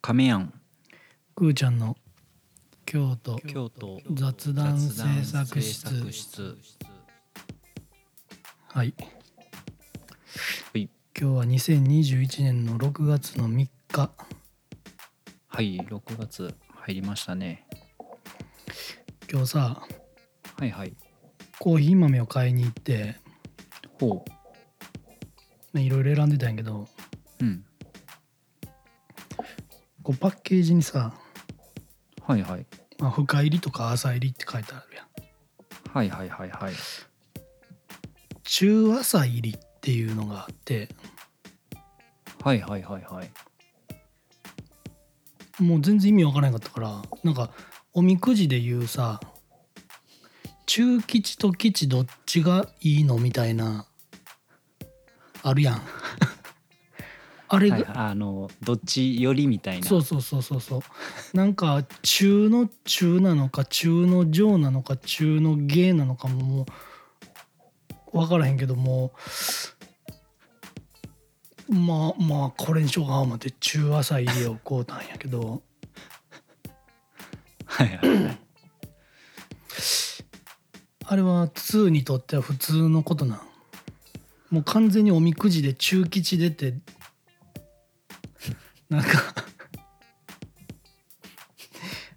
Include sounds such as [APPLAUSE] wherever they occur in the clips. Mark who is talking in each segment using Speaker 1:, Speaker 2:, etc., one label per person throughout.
Speaker 1: 亀庵
Speaker 2: くーちゃんの京都
Speaker 1: 京都
Speaker 2: 雑談制作室
Speaker 1: 雑談制作室
Speaker 2: はい
Speaker 1: はい
Speaker 2: 今日は2021年の6月の3日
Speaker 1: はい6月入りましたね
Speaker 2: 今日さ
Speaker 1: はいはい
Speaker 2: コーヒー豆を買いに行って
Speaker 1: ほ
Speaker 2: まあいろいろ選んでたんやけど
Speaker 1: ううん
Speaker 2: こうパッケージにさ、
Speaker 1: はいはい
Speaker 2: まあ、深入りとか浅入りって書いてあるやん
Speaker 1: はいはいはいはい
Speaker 2: 中浅入りっていうのがあって
Speaker 1: はいはいはいはい
Speaker 2: もう全然意味わからなかったからなんかおみくじで言うさ中吉と吉どっちがいいのみたいなあるやんあれが、
Speaker 1: はいあのどっちよりみたいな
Speaker 2: そうそうそうそうそう [LAUGHS] なんか中の中なのか中の上なのか中の下なのかももう分からへんけどもうまあまあこれにしようか思って中朝入りをこうたんやけど
Speaker 1: はいはいはい
Speaker 2: あれは2にとっては普通のことなんもう完全におみくじで中吉出て [LAUGHS] なんか [LAUGHS]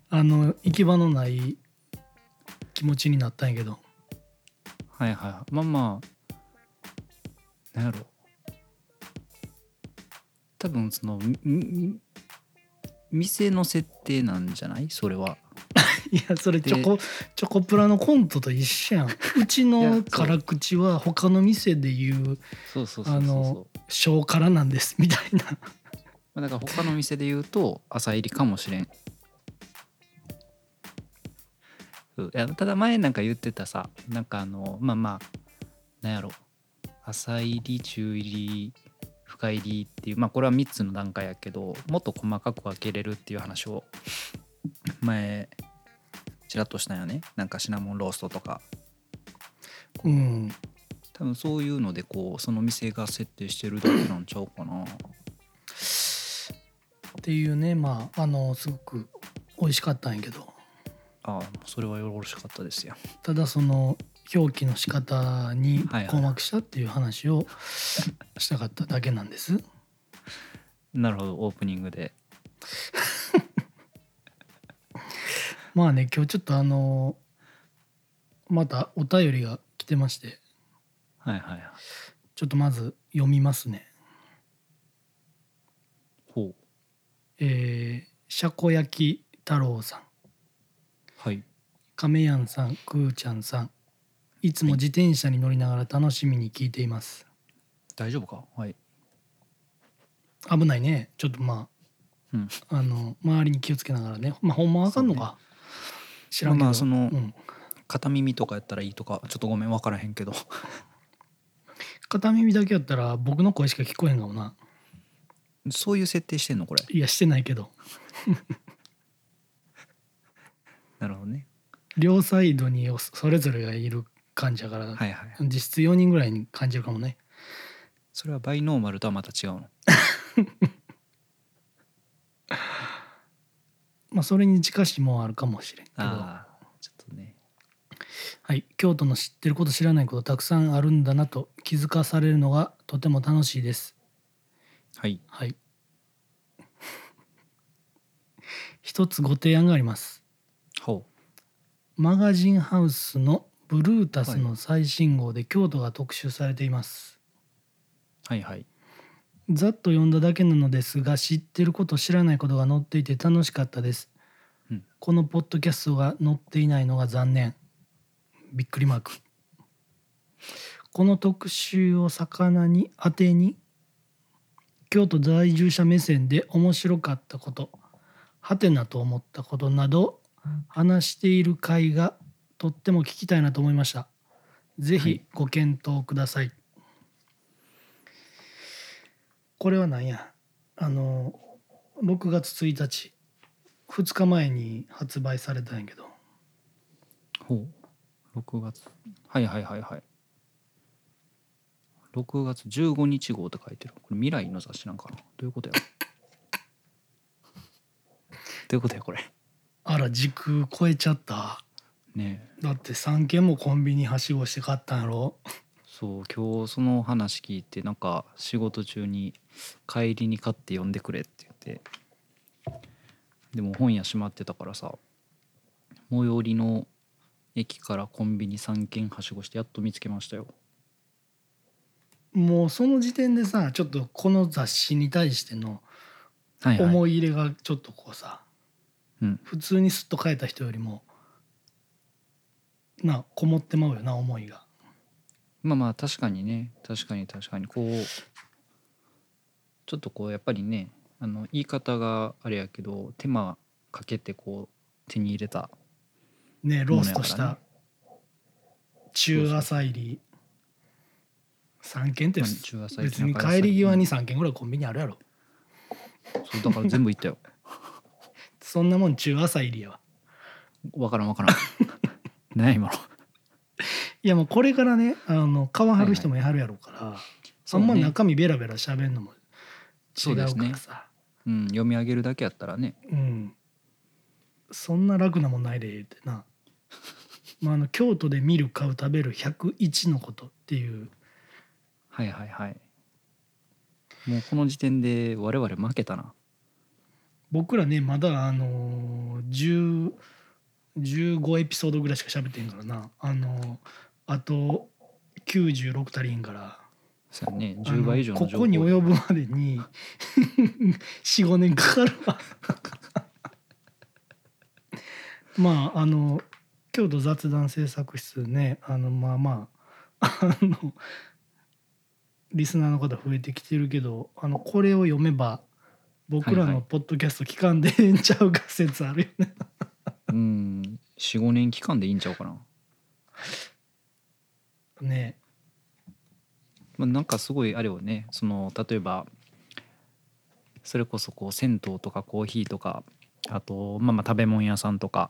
Speaker 2: あの行き場のない気持ちになったんやけど
Speaker 1: はいはいまあまあなんやろ多分そのみみ店の設定なんじゃないそれはい
Speaker 2: やそれチョコチョコプラのコントと一緒やんうち
Speaker 1: いやそ
Speaker 2: の
Speaker 1: う
Speaker 2: 辛口は他の店で言う
Speaker 1: そうそうそうそうそ
Speaker 2: あ
Speaker 1: う
Speaker 2: の小辛なんですみたいな
Speaker 1: まあ、だから他の店で言うと朝入りかもしれん。うんいやただ前なんか言ってたさなんかあのまあまあなんやろ朝入り中入り深入りっていうまあこれは3つの段階やけどもっと細かく分けれるっていう話を [LAUGHS] 前ちらっとしたんよねなんかシナモンローストとか
Speaker 2: うん
Speaker 1: 多分そういうのでこうその店が設定してるだけなんちゃうかな。
Speaker 2: っていうねまああのすごく美味しかったんやけど
Speaker 1: ああそれはよろしかったですよ。
Speaker 2: ただその表記の仕方に
Speaker 1: はいはい
Speaker 2: 困惑したっていう話をしたかっただけなんです。
Speaker 1: なるほどオープニングで
Speaker 2: まあね今日ちょっとあのまたお便りが来てまして
Speaker 1: はいはいはい。
Speaker 2: ちょっとまず読みますね。
Speaker 1: ほう。
Speaker 2: えー、しゃこ焼き太郎さん
Speaker 1: はい。
Speaker 2: 亀やんさんくーちゃんさんいつも自転車に乗りながら楽しみに聞いています。
Speaker 1: 大丈夫か。はい。
Speaker 2: 危ないねちょっとま
Speaker 1: うん。
Speaker 2: ああの周りに気をつけながらねまあほんまあかんのか、知らんけど、
Speaker 1: まあまあその
Speaker 2: うん
Speaker 1: 片耳とかやったらいいとか、ちょっとごめん、わからへんけど。 [LAUGHS]
Speaker 2: 片耳だけやったら僕の声しか聞こえんかもな
Speaker 1: そういう設定してんの、これ。
Speaker 2: いやしてないけど
Speaker 1: なるほどね。
Speaker 2: 両サイドにおそれぞれがいる患者から、
Speaker 1: はいはい。
Speaker 2: 実質4人ぐらいに感じるかもね
Speaker 1: それはバイノーマルとはまた違うの。
Speaker 2: まあそれに近しいもんあるかもしれんけど
Speaker 1: ああ。ちょっとね。
Speaker 2: はい、京都の知ってること知らないことたくさんあるんだなと気づかされるのがとても楽しいです
Speaker 1: はい。
Speaker 2: はい [LAUGHS] 一つご提案があります
Speaker 1: ほ
Speaker 2: マガジンハウスのブルータスの最新号で京都が特集されています、
Speaker 1: う。はいはい。
Speaker 2: ざっと読んだだけなのですが知ってること知らないことが載っていて楽しかったです、
Speaker 1: うん
Speaker 2: このポッドキャストが載っていないのが残念びっくりマークこの特集を魚に当てに京都在住者目線で面白かったことハテナと思ったことなど話している回がとっても聞きたいなと思いましたぜ
Speaker 1: は
Speaker 2: ひ
Speaker 1: い
Speaker 2: ご検討ください、これは何やあの6月1日2日前に発売されたんやけど
Speaker 1: ほう。6月。はいはいはいはい。6月15日号って書いてる。これ未来の雑誌なんかな。どういうことやろどういうことやこれ
Speaker 2: あら時空超えちゃった
Speaker 1: ねえ
Speaker 2: だって3軒もコンビニはしごして買ったんやろ
Speaker 1: そう今日その話聞いてなんか仕事中に「帰りに買って呼んでくれ」って言ってでも本屋閉まってたからさ最寄りの駅からコンビニ3軒はしごしてやっと見つけましたよ
Speaker 2: もうその時点でさちょっとこの雑誌に対しての
Speaker 1: はいはい
Speaker 2: 思い入れがちょっとこうさ、
Speaker 1: うん
Speaker 2: 普通にスッと書いた人よりもなこもってまうよな思いが
Speaker 1: まあまあ確かにね確かに確かにこうちょっとこうやっぱりねあの言い方があれやけど手間かけてこう手に入れた
Speaker 2: ねローストし
Speaker 1: ものや
Speaker 2: た中朝入り3軒って
Speaker 1: まあ中朝入り
Speaker 2: 別に
Speaker 1: 中朝入
Speaker 2: 帰
Speaker 1: り
Speaker 2: り際に3軒ぐらいコンビニあるやろ
Speaker 1: そうだから全部言ったよ
Speaker 2: そんなもん中朝入りやわ
Speaker 1: わからんわからん [LAUGHS] 何や今の
Speaker 2: いやもうこれからねあの皮張る人もやはるやろうから、
Speaker 1: そう
Speaker 2: あんま
Speaker 1: ね
Speaker 2: 中身ベラベラ喋るのも違
Speaker 1: そう
Speaker 2: うか
Speaker 1: で
Speaker 2: ら
Speaker 1: す
Speaker 2: さ
Speaker 1: ねうん読み上げるだけやったらね
Speaker 2: うん、そんな楽なもんないでってな、 [LAUGHS] まあ、あの京都で見る買う食べる101のことっていう
Speaker 1: はいはいはいもうこの時点で我々負けたな
Speaker 2: 僕らねまだあのー、10 15エピソードぐらいしか喋ってへんからなあのーあと96足りんから
Speaker 1: そうやね
Speaker 2: あの
Speaker 1: 10倍以上の情報
Speaker 2: ここに及ぶまでに [LAUGHS] 45年かかるわ [LAUGHS] まああの京都雑談制作室ねあのまあまああのリスナーの方増えてきてるけどあのこれを読めば僕
Speaker 1: は
Speaker 2: ら
Speaker 1: いは
Speaker 2: の
Speaker 1: い
Speaker 2: ポッドキャスト期間でええんちゃうか説あるよね、
Speaker 1: うん45年期間でいいんちゃうかな
Speaker 2: ね
Speaker 1: まあ、なんかすごいあれをねその例えばそれこそこう銭湯とかコーヒーとかあとまあまあ食べ物屋さんとか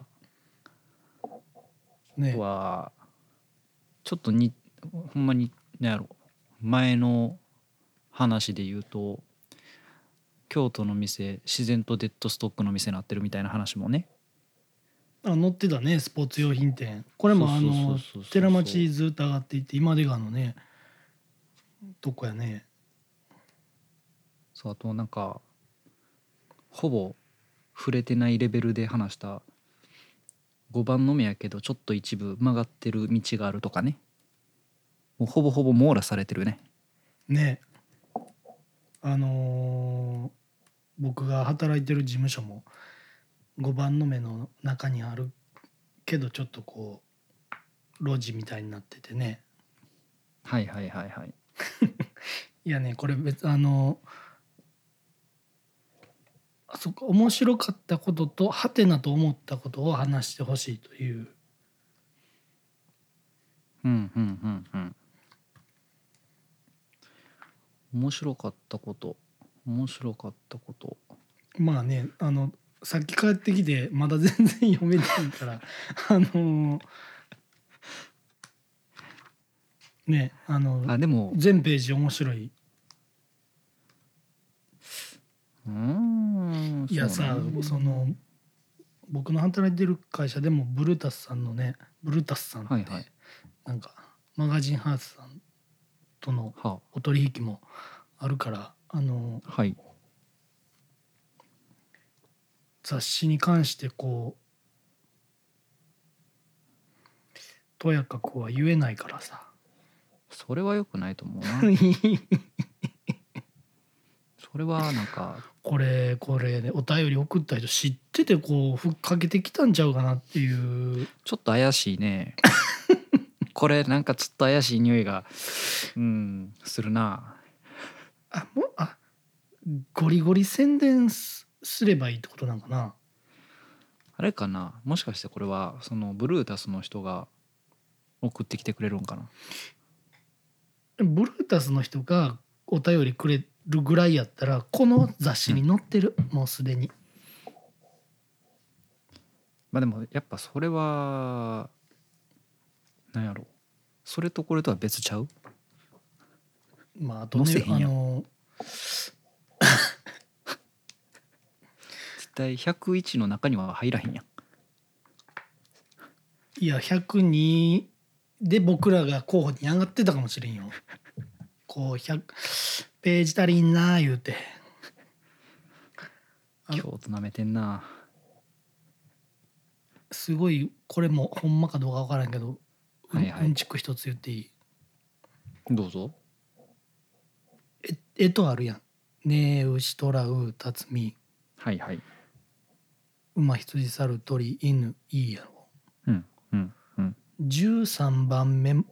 Speaker 2: ね
Speaker 1: はちょっとにほんまに何やろ前の話で言うと京都の店自然とデッドストックの店になってるみたいな話もね
Speaker 2: あ載ってたねスポーツ用品店これもあ
Speaker 1: そ
Speaker 2: の
Speaker 1: うそうそうそうそう
Speaker 2: 寺町ずっと上がっていって今出川のねとこやね
Speaker 1: そうあとなんかほぼ触れてないレベルで話した5番の目やけどちょっと一部曲がってる道があるとかねもうほぼほぼ網羅されてるね
Speaker 2: ねあのー僕が働いてる事務所も5番の目の中にあるけどちょっとこう路地みたいになっててね
Speaker 1: はいはいはいはい
Speaker 2: いやねこれ別あのあそこ面白かったこととハテナと思ったことを話してほしいという
Speaker 1: うんうんうんうん面白かったこと面白かったこと
Speaker 2: まあねあのさっき帰ってきてまだ全然読めてないから [LAUGHS] あのーねあの
Speaker 1: あでも
Speaker 2: 全ページ面白いう
Speaker 1: ーん
Speaker 2: いや
Speaker 1: そう
Speaker 2: さ
Speaker 1: ね
Speaker 2: その僕の働いてる会社でもブルータスさんのねブルータスさんって、
Speaker 1: はいはい
Speaker 2: なんかマガジンハウスさんとの
Speaker 1: は
Speaker 2: お取引もあるからあの
Speaker 1: はい
Speaker 2: 雑誌に関してこうとやかくは言えないからさ。
Speaker 1: それは良くないと思うなそれはなんか
Speaker 2: これこれねお便り送った人知っててこうふっかけてきたんちゃうかなっていう
Speaker 1: ちょっと怪しい
Speaker 2: [LAUGHS]
Speaker 1: ね。これなんかちょっと怪しい匂いが、うん、するな。
Speaker 2: あもうあゴリゴリ宣伝すすればいいってことなんかな
Speaker 1: あれかなもしかしてこれはそのブルータスの人が送ってきてくれるんかな
Speaker 2: ブルータスの人がお便りくれるぐらいやったらこの雑誌に載ってる、もうすでに
Speaker 1: まあでもやっぱそれはなんやろそれとこれとは別ちゃう
Speaker 2: まああとね
Speaker 1: 載せへ
Speaker 2: あ
Speaker 1: んやん
Speaker 2: の
Speaker 1: 対101の中には入らへんやん
Speaker 2: いや102で僕らが候補に上がってたかもし
Speaker 1: [LAUGHS]
Speaker 2: れんよこう100ページ足りんな言うてあ
Speaker 1: 京都なめてんな
Speaker 2: すごいこれもほんまかどうか分からんけど、うん
Speaker 1: はいはい
Speaker 2: うんちく一つ言っていい
Speaker 1: どうぞ
Speaker 2: え絵とあるやん「ねえ牛とらうたつみ
Speaker 1: はいはい
Speaker 2: 馬羊猿鳥犬いいやろ
Speaker 1: うんうんうん」
Speaker 2: 13番目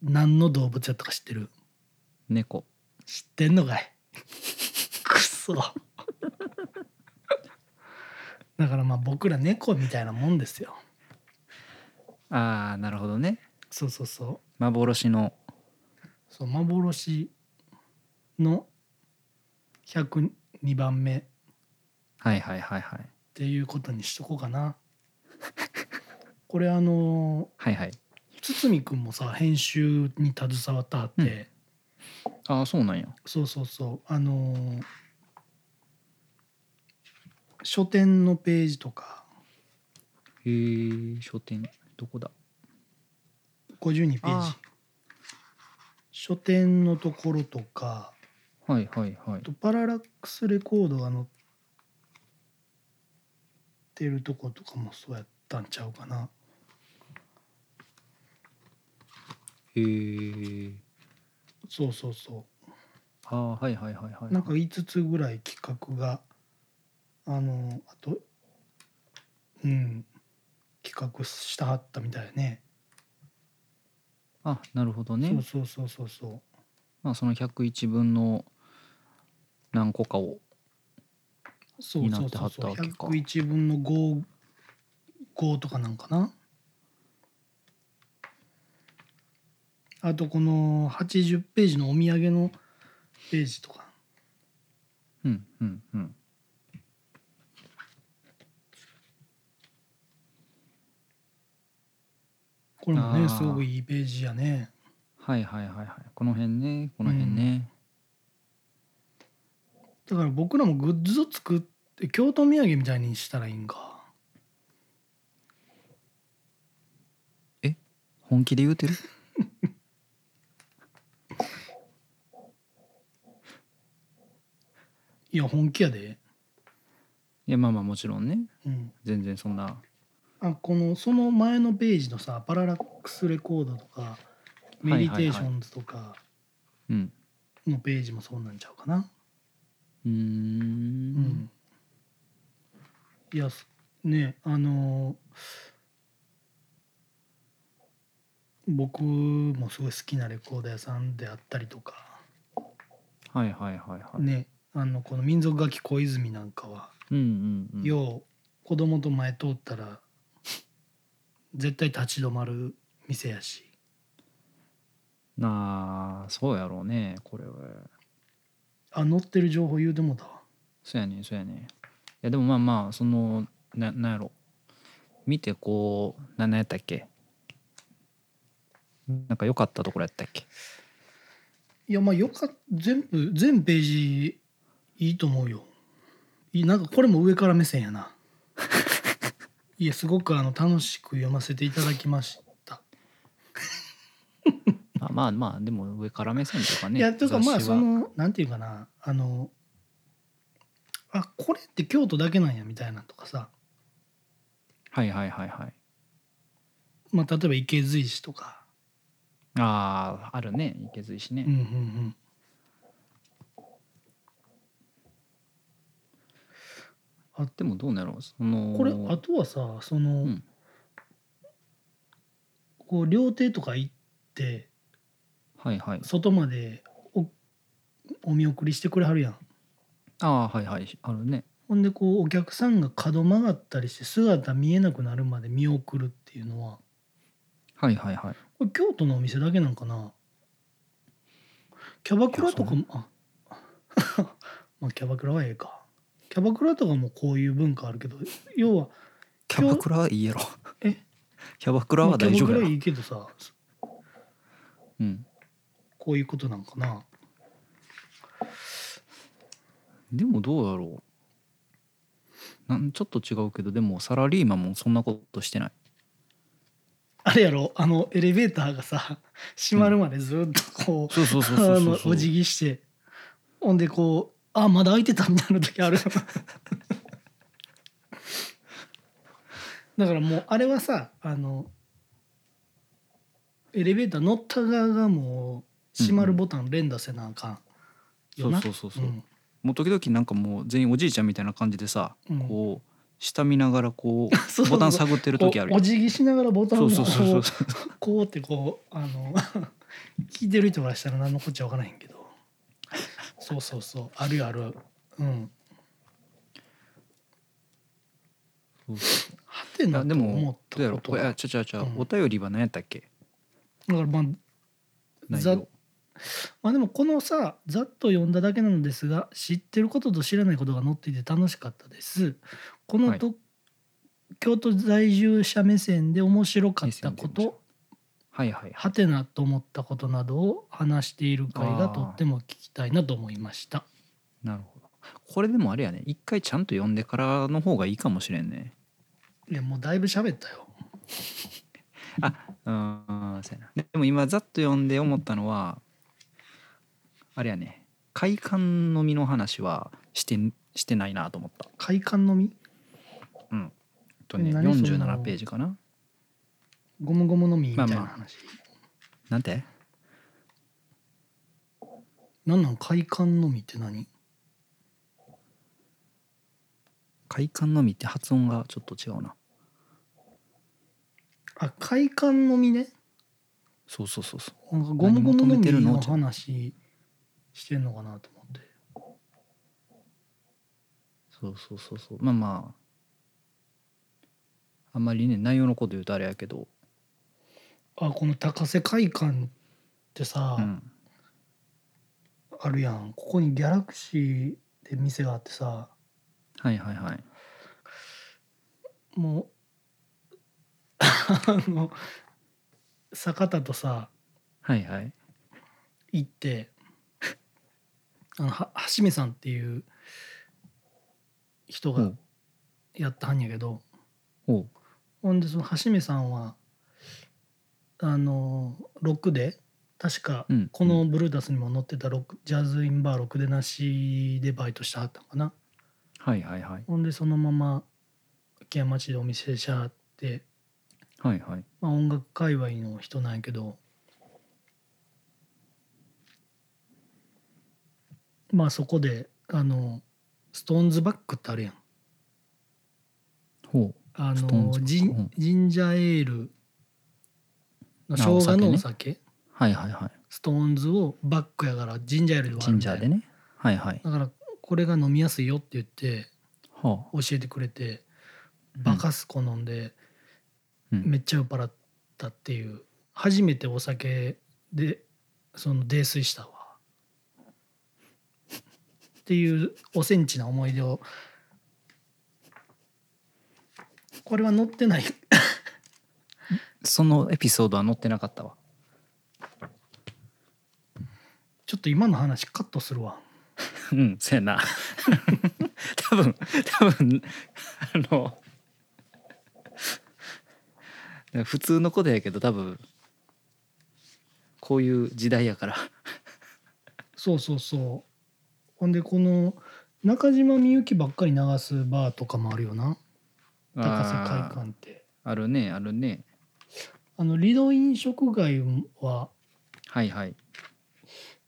Speaker 2: 何の動物やったか知ってる
Speaker 1: 猫
Speaker 2: 知ってんのかいくそだからまあ僕ら猫みたいなもんですよ
Speaker 1: ああなるほどね
Speaker 2: そうそうそう
Speaker 1: 幻の
Speaker 2: そう幻の102番目っ
Speaker 1: はいはいはいはい
Speaker 2: ていうことにしとこうかなこれあの
Speaker 1: はいはい
Speaker 2: 堤君もさ編集に携わったはって、
Speaker 1: うんああそうなんや
Speaker 2: そうそうそうあのー書店のページとか
Speaker 1: へえ書店どこだ
Speaker 2: 52ページ
Speaker 1: あ
Speaker 2: 書店のところとか
Speaker 1: はいはいはい
Speaker 2: あとパララックスレコードが載ってるとことかもそうやったんちゃうかな
Speaker 1: へえ
Speaker 2: そうそうそ
Speaker 1: ああはいはいはいは
Speaker 2: う
Speaker 1: い
Speaker 2: なんか5つぐらい企画があのあとうん企画したはったみたいね
Speaker 1: あなるほど
Speaker 2: ね
Speaker 1: ね
Speaker 2: そうそうそうそうそう
Speaker 1: まあ、その101分の何個かを
Speaker 2: そうそうそうそう
Speaker 1: になってはったわけ
Speaker 2: 101分の5 5とかなんかなあとこの80ページのお土産のページとか
Speaker 1: うんうんうん
Speaker 2: これもね
Speaker 1: あー
Speaker 2: すごくいいページやね
Speaker 1: はいはいはいはいこの辺ねこの辺ね、
Speaker 2: だから僕らもグッズを作って京都土産みたいにしたらいいんか
Speaker 1: 本気で言うてる
Speaker 2: いや本気やで、
Speaker 1: いやまあまあもちろんね
Speaker 2: うん、
Speaker 1: 全然そんな
Speaker 2: あこのその前のページのさパララックスレコードとかメディテーションズとか
Speaker 1: うん
Speaker 2: のページもそうなんちゃうかな、
Speaker 1: うー
Speaker 2: うんんいやすねあのー僕もすごい好きなレコード屋さんであったりとか、
Speaker 1: はいはいはいはい、
Speaker 2: ねあのこの民族楽器小泉なんかは、
Speaker 1: うんうんうん
Speaker 2: よう子供と前通ったら絶対立ち止まる店やし
Speaker 1: なあそうやろうねこれは
Speaker 2: あ載ってる情報言うてもうたわ
Speaker 1: そうやねそうやねいやでもまあまあそのななんやろ見てこうななんやったっけなんか良かったところやったっけ
Speaker 2: いやまあよかっ全部全ページいいと思うよいいなんかこれも上から目線
Speaker 1: [LAUGHS]
Speaker 2: やないやすごくあの楽しく読ませていただきました、
Speaker 1: まあまあまあでも上から目線とかね
Speaker 2: いやというかまあ
Speaker 1: 雑誌
Speaker 2: そ
Speaker 1: は
Speaker 2: のなんていうかなあのあこれって京都だけなんやみたいなとかさ、
Speaker 1: はいはいはいはい
Speaker 2: まあ、例えば池髄師とか
Speaker 1: あああるね池髄しね、
Speaker 2: うんうんうん
Speaker 1: でもどうなのその
Speaker 2: これあとはさその、
Speaker 1: うん
Speaker 2: こう料亭とか行って
Speaker 1: はいはい
Speaker 2: 外までおお見送りしてくれはるやん
Speaker 1: ああはいはいあるね
Speaker 2: ほんでこうお客さんが角曲がったりして姿見えなくなるまで見送るっていうのは
Speaker 1: はいはいはい
Speaker 2: これ京都のお店だけなんかなキャバクラとかもあ [LAUGHS] まあキャバクラはええかキャバクラとかもこういう文化あるけど要は
Speaker 1: キャバクラはいいやろ
Speaker 2: え
Speaker 1: キャバクラは大丈
Speaker 2: まあ
Speaker 1: 夫や
Speaker 2: キャバクラ
Speaker 1: ろ
Speaker 2: いいけどさ
Speaker 1: うん
Speaker 2: こういうことなんかな
Speaker 1: でもどうだろうなんちょっと違うけどでもサラリーマンもそんなことしてない
Speaker 2: あれやろあのエレベーターがさ閉まるまでずっとこ、
Speaker 1: そうそうそううそう
Speaker 2: あ
Speaker 1: そ
Speaker 2: の
Speaker 1: うそう
Speaker 2: お辞儀してほんでこうあまだ開いてたみたいな時あるだからもうあれはさあのエレベーター乗った側がもう閉まるボタン連打せなあかんよな、
Speaker 1: そうそうそうそう、
Speaker 2: うん
Speaker 1: もう時々なんかもう全員おじいちゃんみたいな感じでさ、
Speaker 2: うん
Speaker 1: こう下見ながらこ
Speaker 2: そう
Speaker 1: うボタン探ってる時ある
Speaker 2: こ
Speaker 1: よ
Speaker 2: うお辞儀しながらボタン
Speaker 1: そ
Speaker 2: を
Speaker 1: う
Speaker 2: こ
Speaker 1: そうそうそう
Speaker 2: うこうってこうあの [LAUGHS] 聞いてる人からしたら何のこっちゃわからへんけどそうそうそうあるよあるうん
Speaker 1: そう
Speaker 2: はて
Speaker 1: いや
Speaker 2: な
Speaker 1: で
Speaker 2: と思
Speaker 1: も
Speaker 2: っ
Speaker 1: どうやろ
Speaker 2: たこ
Speaker 1: う
Speaker 2: と
Speaker 1: これ
Speaker 2: だ
Speaker 1: あちゃちゃちゃ、
Speaker 2: うん
Speaker 1: お便りは何やったっけ
Speaker 2: からまあ
Speaker 1: 内
Speaker 2: ざ
Speaker 1: 容
Speaker 2: まあでもこのさざっと読んだだけなのですが知ってることと知らないことが載っていて楽しかったですこのと、京都在住者目線で面白かったこ
Speaker 1: 目線で面白い
Speaker 2: と
Speaker 1: はいはいはい
Speaker 2: はてなと思ったことなどを話している回がとっても聞きたいなと思いました
Speaker 1: なるほどこれでもあれやね一回ちゃんと読んでからの方がいいかもしれんね
Speaker 2: いやもうだいぶ喋ったよ
Speaker 1: うんそうやなでも今ざっと読んで思ったのはあれやね快感のみの話はしてしてないなと思った
Speaker 2: 快感のみ
Speaker 1: うんえっとね
Speaker 2: 何その
Speaker 1: 47ページかな
Speaker 2: ゴムゴムのみみたいな話、
Speaker 1: まあなんて
Speaker 2: なんなん快感のみって何
Speaker 1: 快感のみって発音がちょっと違うな
Speaker 2: あ快感のみね
Speaker 1: そうそうそうそう
Speaker 2: なんかゴムゴムの
Speaker 1: 何求めてる
Speaker 2: み
Speaker 1: の
Speaker 2: の話してんのかなと思って
Speaker 1: そうそうそうそうまあまああんまりね内容のこと言うとあれやけど
Speaker 2: あこの高瀬快感ってさ、
Speaker 1: うん
Speaker 2: あるやんここにギャラクシーで店があってさ
Speaker 1: はいはいはい
Speaker 2: もう [LAUGHS] あの坂田とさ
Speaker 1: はいはい
Speaker 2: 行ってあのは橋目さんっていう人
Speaker 1: ほ
Speaker 2: が
Speaker 1: う
Speaker 2: やったんやけど、
Speaker 1: ほう
Speaker 2: ほんでその橋目さんはあのロックで確か
Speaker 1: うん
Speaker 2: このブルータスにも載ってたロックジャズインバーロックでなしでバイトしてはったのかな
Speaker 1: はいはいはい
Speaker 2: ほんでそのまま木屋町でお店しはって、
Speaker 1: はいはい
Speaker 2: まあ、音楽界隈の人なんやけどまあそこであのストーンズバックってあるやん
Speaker 1: ほう
Speaker 2: あ
Speaker 1: ストーン
Speaker 2: の
Speaker 1: ズバック
Speaker 2: ジ
Speaker 1: うん
Speaker 2: ンジンジャーエールの生
Speaker 1: あお
Speaker 2: 姜
Speaker 1: 酒ね
Speaker 2: のお酒
Speaker 1: はいはいはい
Speaker 2: ストーンズをバックやからジンジャーエールで
Speaker 1: ジ
Speaker 2: 割る
Speaker 1: ン
Speaker 2: み
Speaker 1: ジ
Speaker 2: た
Speaker 1: ャ
Speaker 2: い
Speaker 1: ーで
Speaker 2: な
Speaker 1: ねはいはい
Speaker 2: だからこれが飲みやすいよって言って
Speaker 1: はあ
Speaker 2: 教えてくれてバカスコ飲んで
Speaker 1: うん
Speaker 2: めっちゃ酔っ払ったっていう初めてお酒でその泥酔したわっていうおセンチな思い出をこれは載ってない
Speaker 1: そのエピソードは載ってなかったわ [LAUGHS]
Speaker 2: ちょっと今の話カットするわ
Speaker 1: うんせやな [LAUGHS] 多分多分あの [LAUGHS] 普通のことやけど多分こういう時代やから
Speaker 2: そうそうそうほんでこの中島みゆきばっかり流すバーとかもあるよな高瀬会
Speaker 1: あー
Speaker 2: 館って
Speaker 1: あるねあるね
Speaker 2: あのリド飲食街は
Speaker 1: はいはい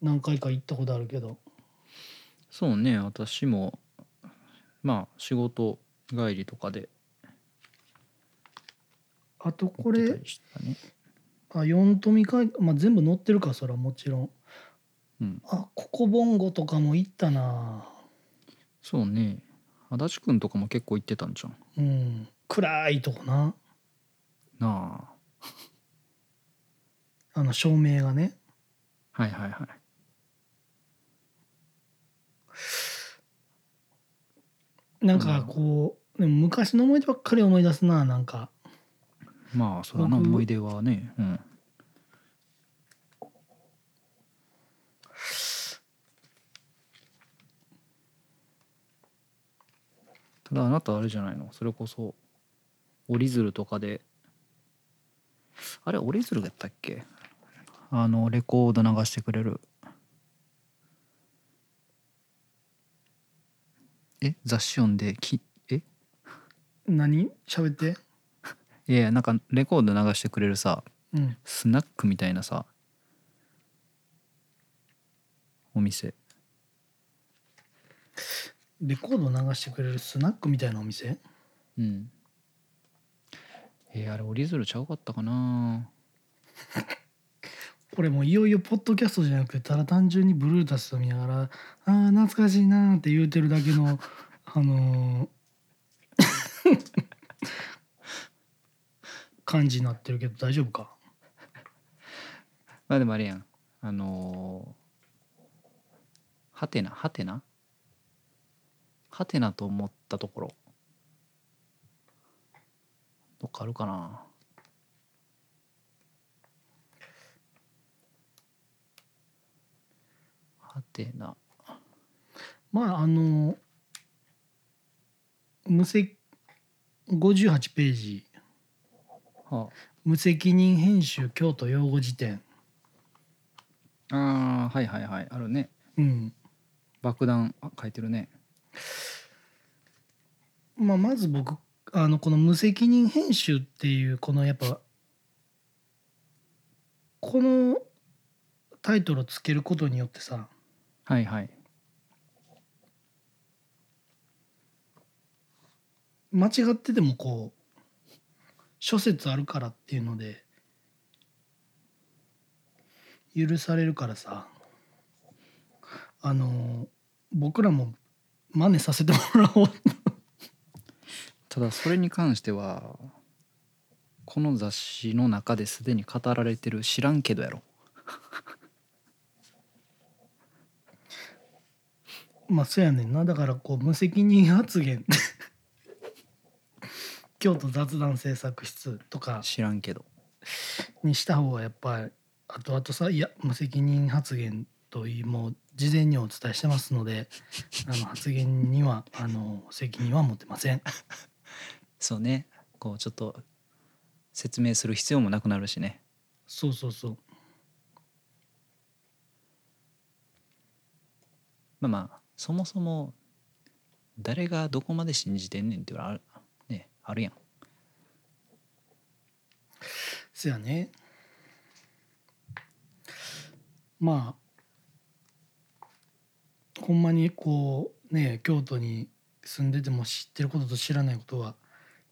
Speaker 2: 何回か行ったことあるけど
Speaker 1: そうね私もまあ仕事帰りとかで
Speaker 2: あと
Speaker 1: 行
Speaker 2: こ
Speaker 1: ってた
Speaker 2: れ
Speaker 1: りしたね
Speaker 2: あ四富海、まあ、全部載ってるかそれはもちろん
Speaker 1: うん
Speaker 2: あここボンゴとかも行ったな
Speaker 1: そうね足立くんとかも結構行ってたんじゃん
Speaker 2: うん暗いとこな
Speaker 1: なあ
Speaker 2: あの照明がね
Speaker 1: はいはいはい
Speaker 2: なんかこう、でも昔の思い出ばっかり思い出すななんか
Speaker 1: まあそれはな
Speaker 2: 僕
Speaker 1: 思い出はねうんただあなたあれじゃないのそれこそ折り鶴とかであれ折り鶴だったっけあのレコード流してくれるえ雑誌読んできえ
Speaker 2: 何喋って
Speaker 1: いやいやなんかレコード流してくれるさ
Speaker 2: うん
Speaker 1: スナックみたいなさお店
Speaker 2: レコード流してくれるスナックみたいなお店
Speaker 1: うんえー、あれ折り鶴ちゃうかったかな
Speaker 2: これもういよいよポッドキャストじゃなくてただ単純にブルータスを見ながら「あー懐かしいな」って言うてるだけの [LAUGHS] あのー感じになってるけど大丈夫か
Speaker 1: まあでもあれやんあのー、はてなはてなはてなと思ったところどっかあるかなはてな
Speaker 2: まああの無責58ページ
Speaker 1: は
Speaker 2: 「無責任編集京都用語辞典
Speaker 1: ああーはいはいはいあるね」
Speaker 2: うん
Speaker 1: 爆弾あ書いてるね
Speaker 2: まあ、まず僕あのこの「無責任編集」っていうこのやっぱこのタイトルをつけることによってさ
Speaker 1: はいはい
Speaker 2: 間違っててもこう諸説あるからっていうので許されるからさあの僕らも真似させてもらおう
Speaker 1: ただそれに関してはこの雑誌の中ですでに語られてる知らんけどやろ
Speaker 2: まあそうやねんなだからこう無責任発言 [LAUGHS] 京都雑談制作室とか
Speaker 1: 知らんけど
Speaker 2: にした方がやっぱりあとあとさいや無責任発言といいもう事前にお伝えしてますのであの発言にはあの責任は持てません
Speaker 1: そうねこうちょっと説明する必要もなくなるしね
Speaker 2: そうそうそう
Speaker 1: まあまあそもそも誰がどこまで信じてんねんっていうのはある,、ね、あるやん
Speaker 2: そやねまあほんまにこうね京都に住んでても知ってることと知らないことは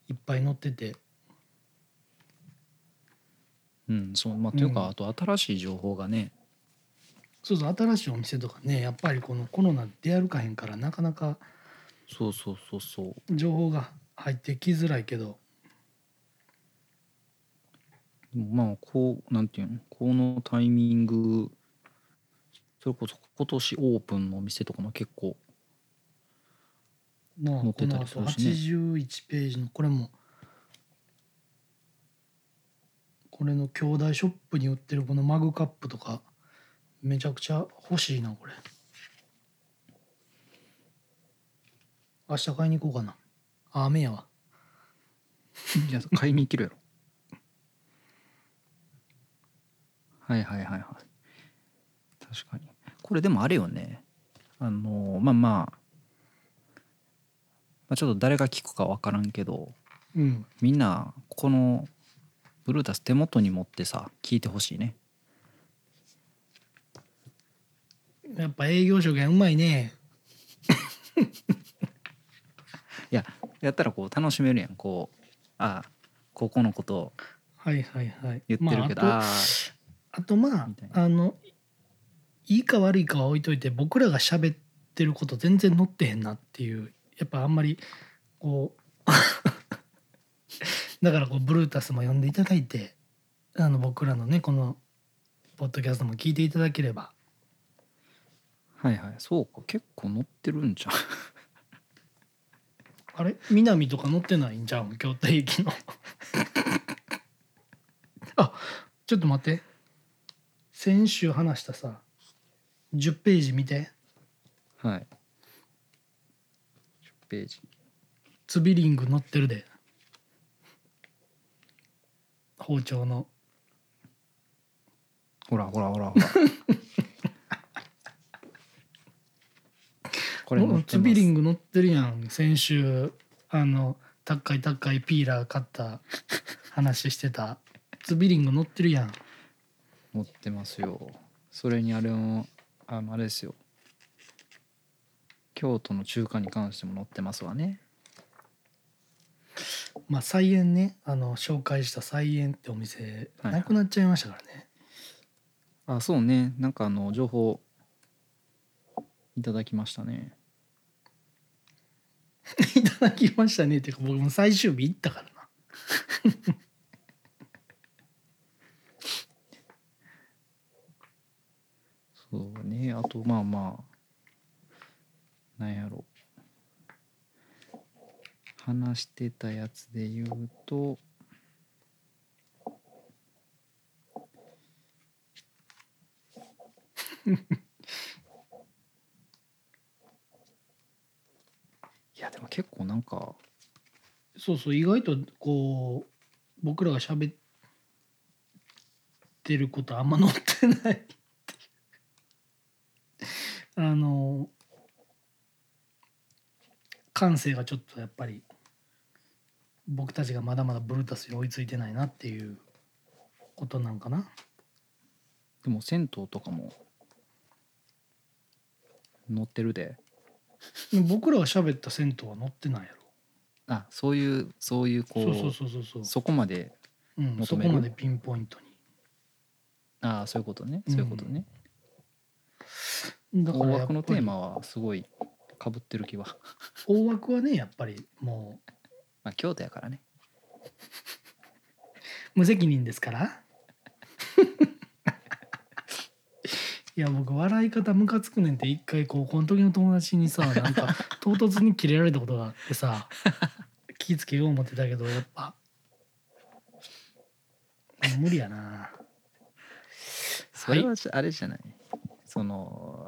Speaker 2: いっぱい載ってて
Speaker 1: うんそうまあというか、
Speaker 2: うん
Speaker 1: あと新しい情報がね
Speaker 2: そうそう新しいお店とかねやっぱりこのコロナ出歩かへんからなかなか
Speaker 1: そうそうそうそう
Speaker 2: 情報が入ってきづらいけど
Speaker 1: でもまあこうなんていうのこのタイミングそれこそ今年オープンのお店とかも結構
Speaker 2: まあ
Speaker 1: 載っ
Speaker 2: こ
Speaker 1: てた
Speaker 2: の
Speaker 1: り
Speaker 2: あ
Speaker 1: す
Speaker 2: と
Speaker 1: るしね
Speaker 2: 81ページのこれもこれの兄弟ショップに売ってるこのマグカップとかめちゃくちゃ欲しいなこれ明日買いに行こうかなあ雨やわ
Speaker 1: いや買いに行けるやろはいはいはいはい確かにこれでもあれよねあのまあまあまあちょっと誰が聞くか分からんけど
Speaker 2: うん
Speaker 1: みんなこのブルータス手元に持ってさ聞いてほしいね
Speaker 2: やっぱ営業職がうまいね
Speaker 1: やったらこう楽しめるやんこうああここのことを
Speaker 2: はいはいはい
Speaker 1: 言ってるけど、
Speaker 2: まあ、あ
Speaker 1: ああ
Speaker 2: とあとまあ
Speaker 1: みたいな
Speaker 2: あのいいか悪いかは置いといて僕らが喋ってること全然載ってへんなっていうやっぱあんまりこう [LAUGHS] だからこうブルータスも呼んでいただいてあの僕らのねこのポッドキャストも聞いていただければ
Speaker 1: はいはいそうか結構乗ってるんじゃん
Speaker 2: あれ南とか載ってないんじゃん京都駅の [LAUGHS] あちょっと待って先週話したさ10ページ見て
Speaker 1: [LAUGHS] はい10ページ
Speaker 2: スビリング乗ってるで包丁の
Speaker 1: ほらほらほらほ [LAUGHS] ら。これ乗
Speaker 2: も
Speaker 1: っ
Speaker 2: う
Speaker 1: て
Speaker 2: ス
Speaker 1: ま
Speaker 2: ビリ
Speaker 1: す
Speaker 2: ング乗ってるやん先週あの高い高いピーラー買った話してたスビリング乗ってるやん
Speaker 1: 持ってますよ。それにあれもあのあれですよ。京都の中華に関しても載ってますわね。
Speaker 2: まあ菜園ねあの紹介した菜園ってお店
Speaker 1: はいはい
Speaker 2: なくなっちゃいましたからね、 [LAUGHS]
Speaker 1: あそうねなんかあの情報いただきましたね。
Speaker 2: い、ただきましたねっていうか僕も最終日行ったからな
Speaker 1: そうねあとまあまあなんやろ話してたやつで言う
Speaker 2: [LAUGHS]
Speaker 1: といやでも結構なんか
Speaker 2: そうそう意外とこう僕らが喋ってることあんま載ってない [LAUGHS] っていうあの感性がちょっとやっぱり僕たちがまだまだブルータスに追いついてないなっていうことなんかな
Speaker 1: でも銭湯とかも載ってるで
Speaker 2: 僕らが喋った銭湯は載ってないやろ
Speaker 1: あそういうそういうこう
Speaker 2: そうそうそうそうそう
Speaker 1: そこまで
Speaker 2: うん、
Speaker 1: 求
Speaker 2: そ
Speaker 1: め
Speaker 2: こ
Speaker 1: る
Speaker 2: までピンポイント
Speaker 1: ああそういうことねそういうことね、
Speaker 2: にだ
Speaker 1: 大
Speaker 2: からやっ
Speaker 1: 枠
Speaker 2: ぱり
Speaker 1: のテーマはすごいかぶってる気は [LAUGHS]
Speaker 2: 大枠はねやっぱりもう
Speaker 1: まあ京都やからね
Speaker 2: 無責任ですから [LAUGHS] いや僕笑い方ムカつくねんって一回高校の時の友達にさなん [LAUGHS] か唐突にキレられたことがあってさ気ぃつけよう思ってたけどやっぱ無理やな
Speaker 1: それはじゃあれじゃない、その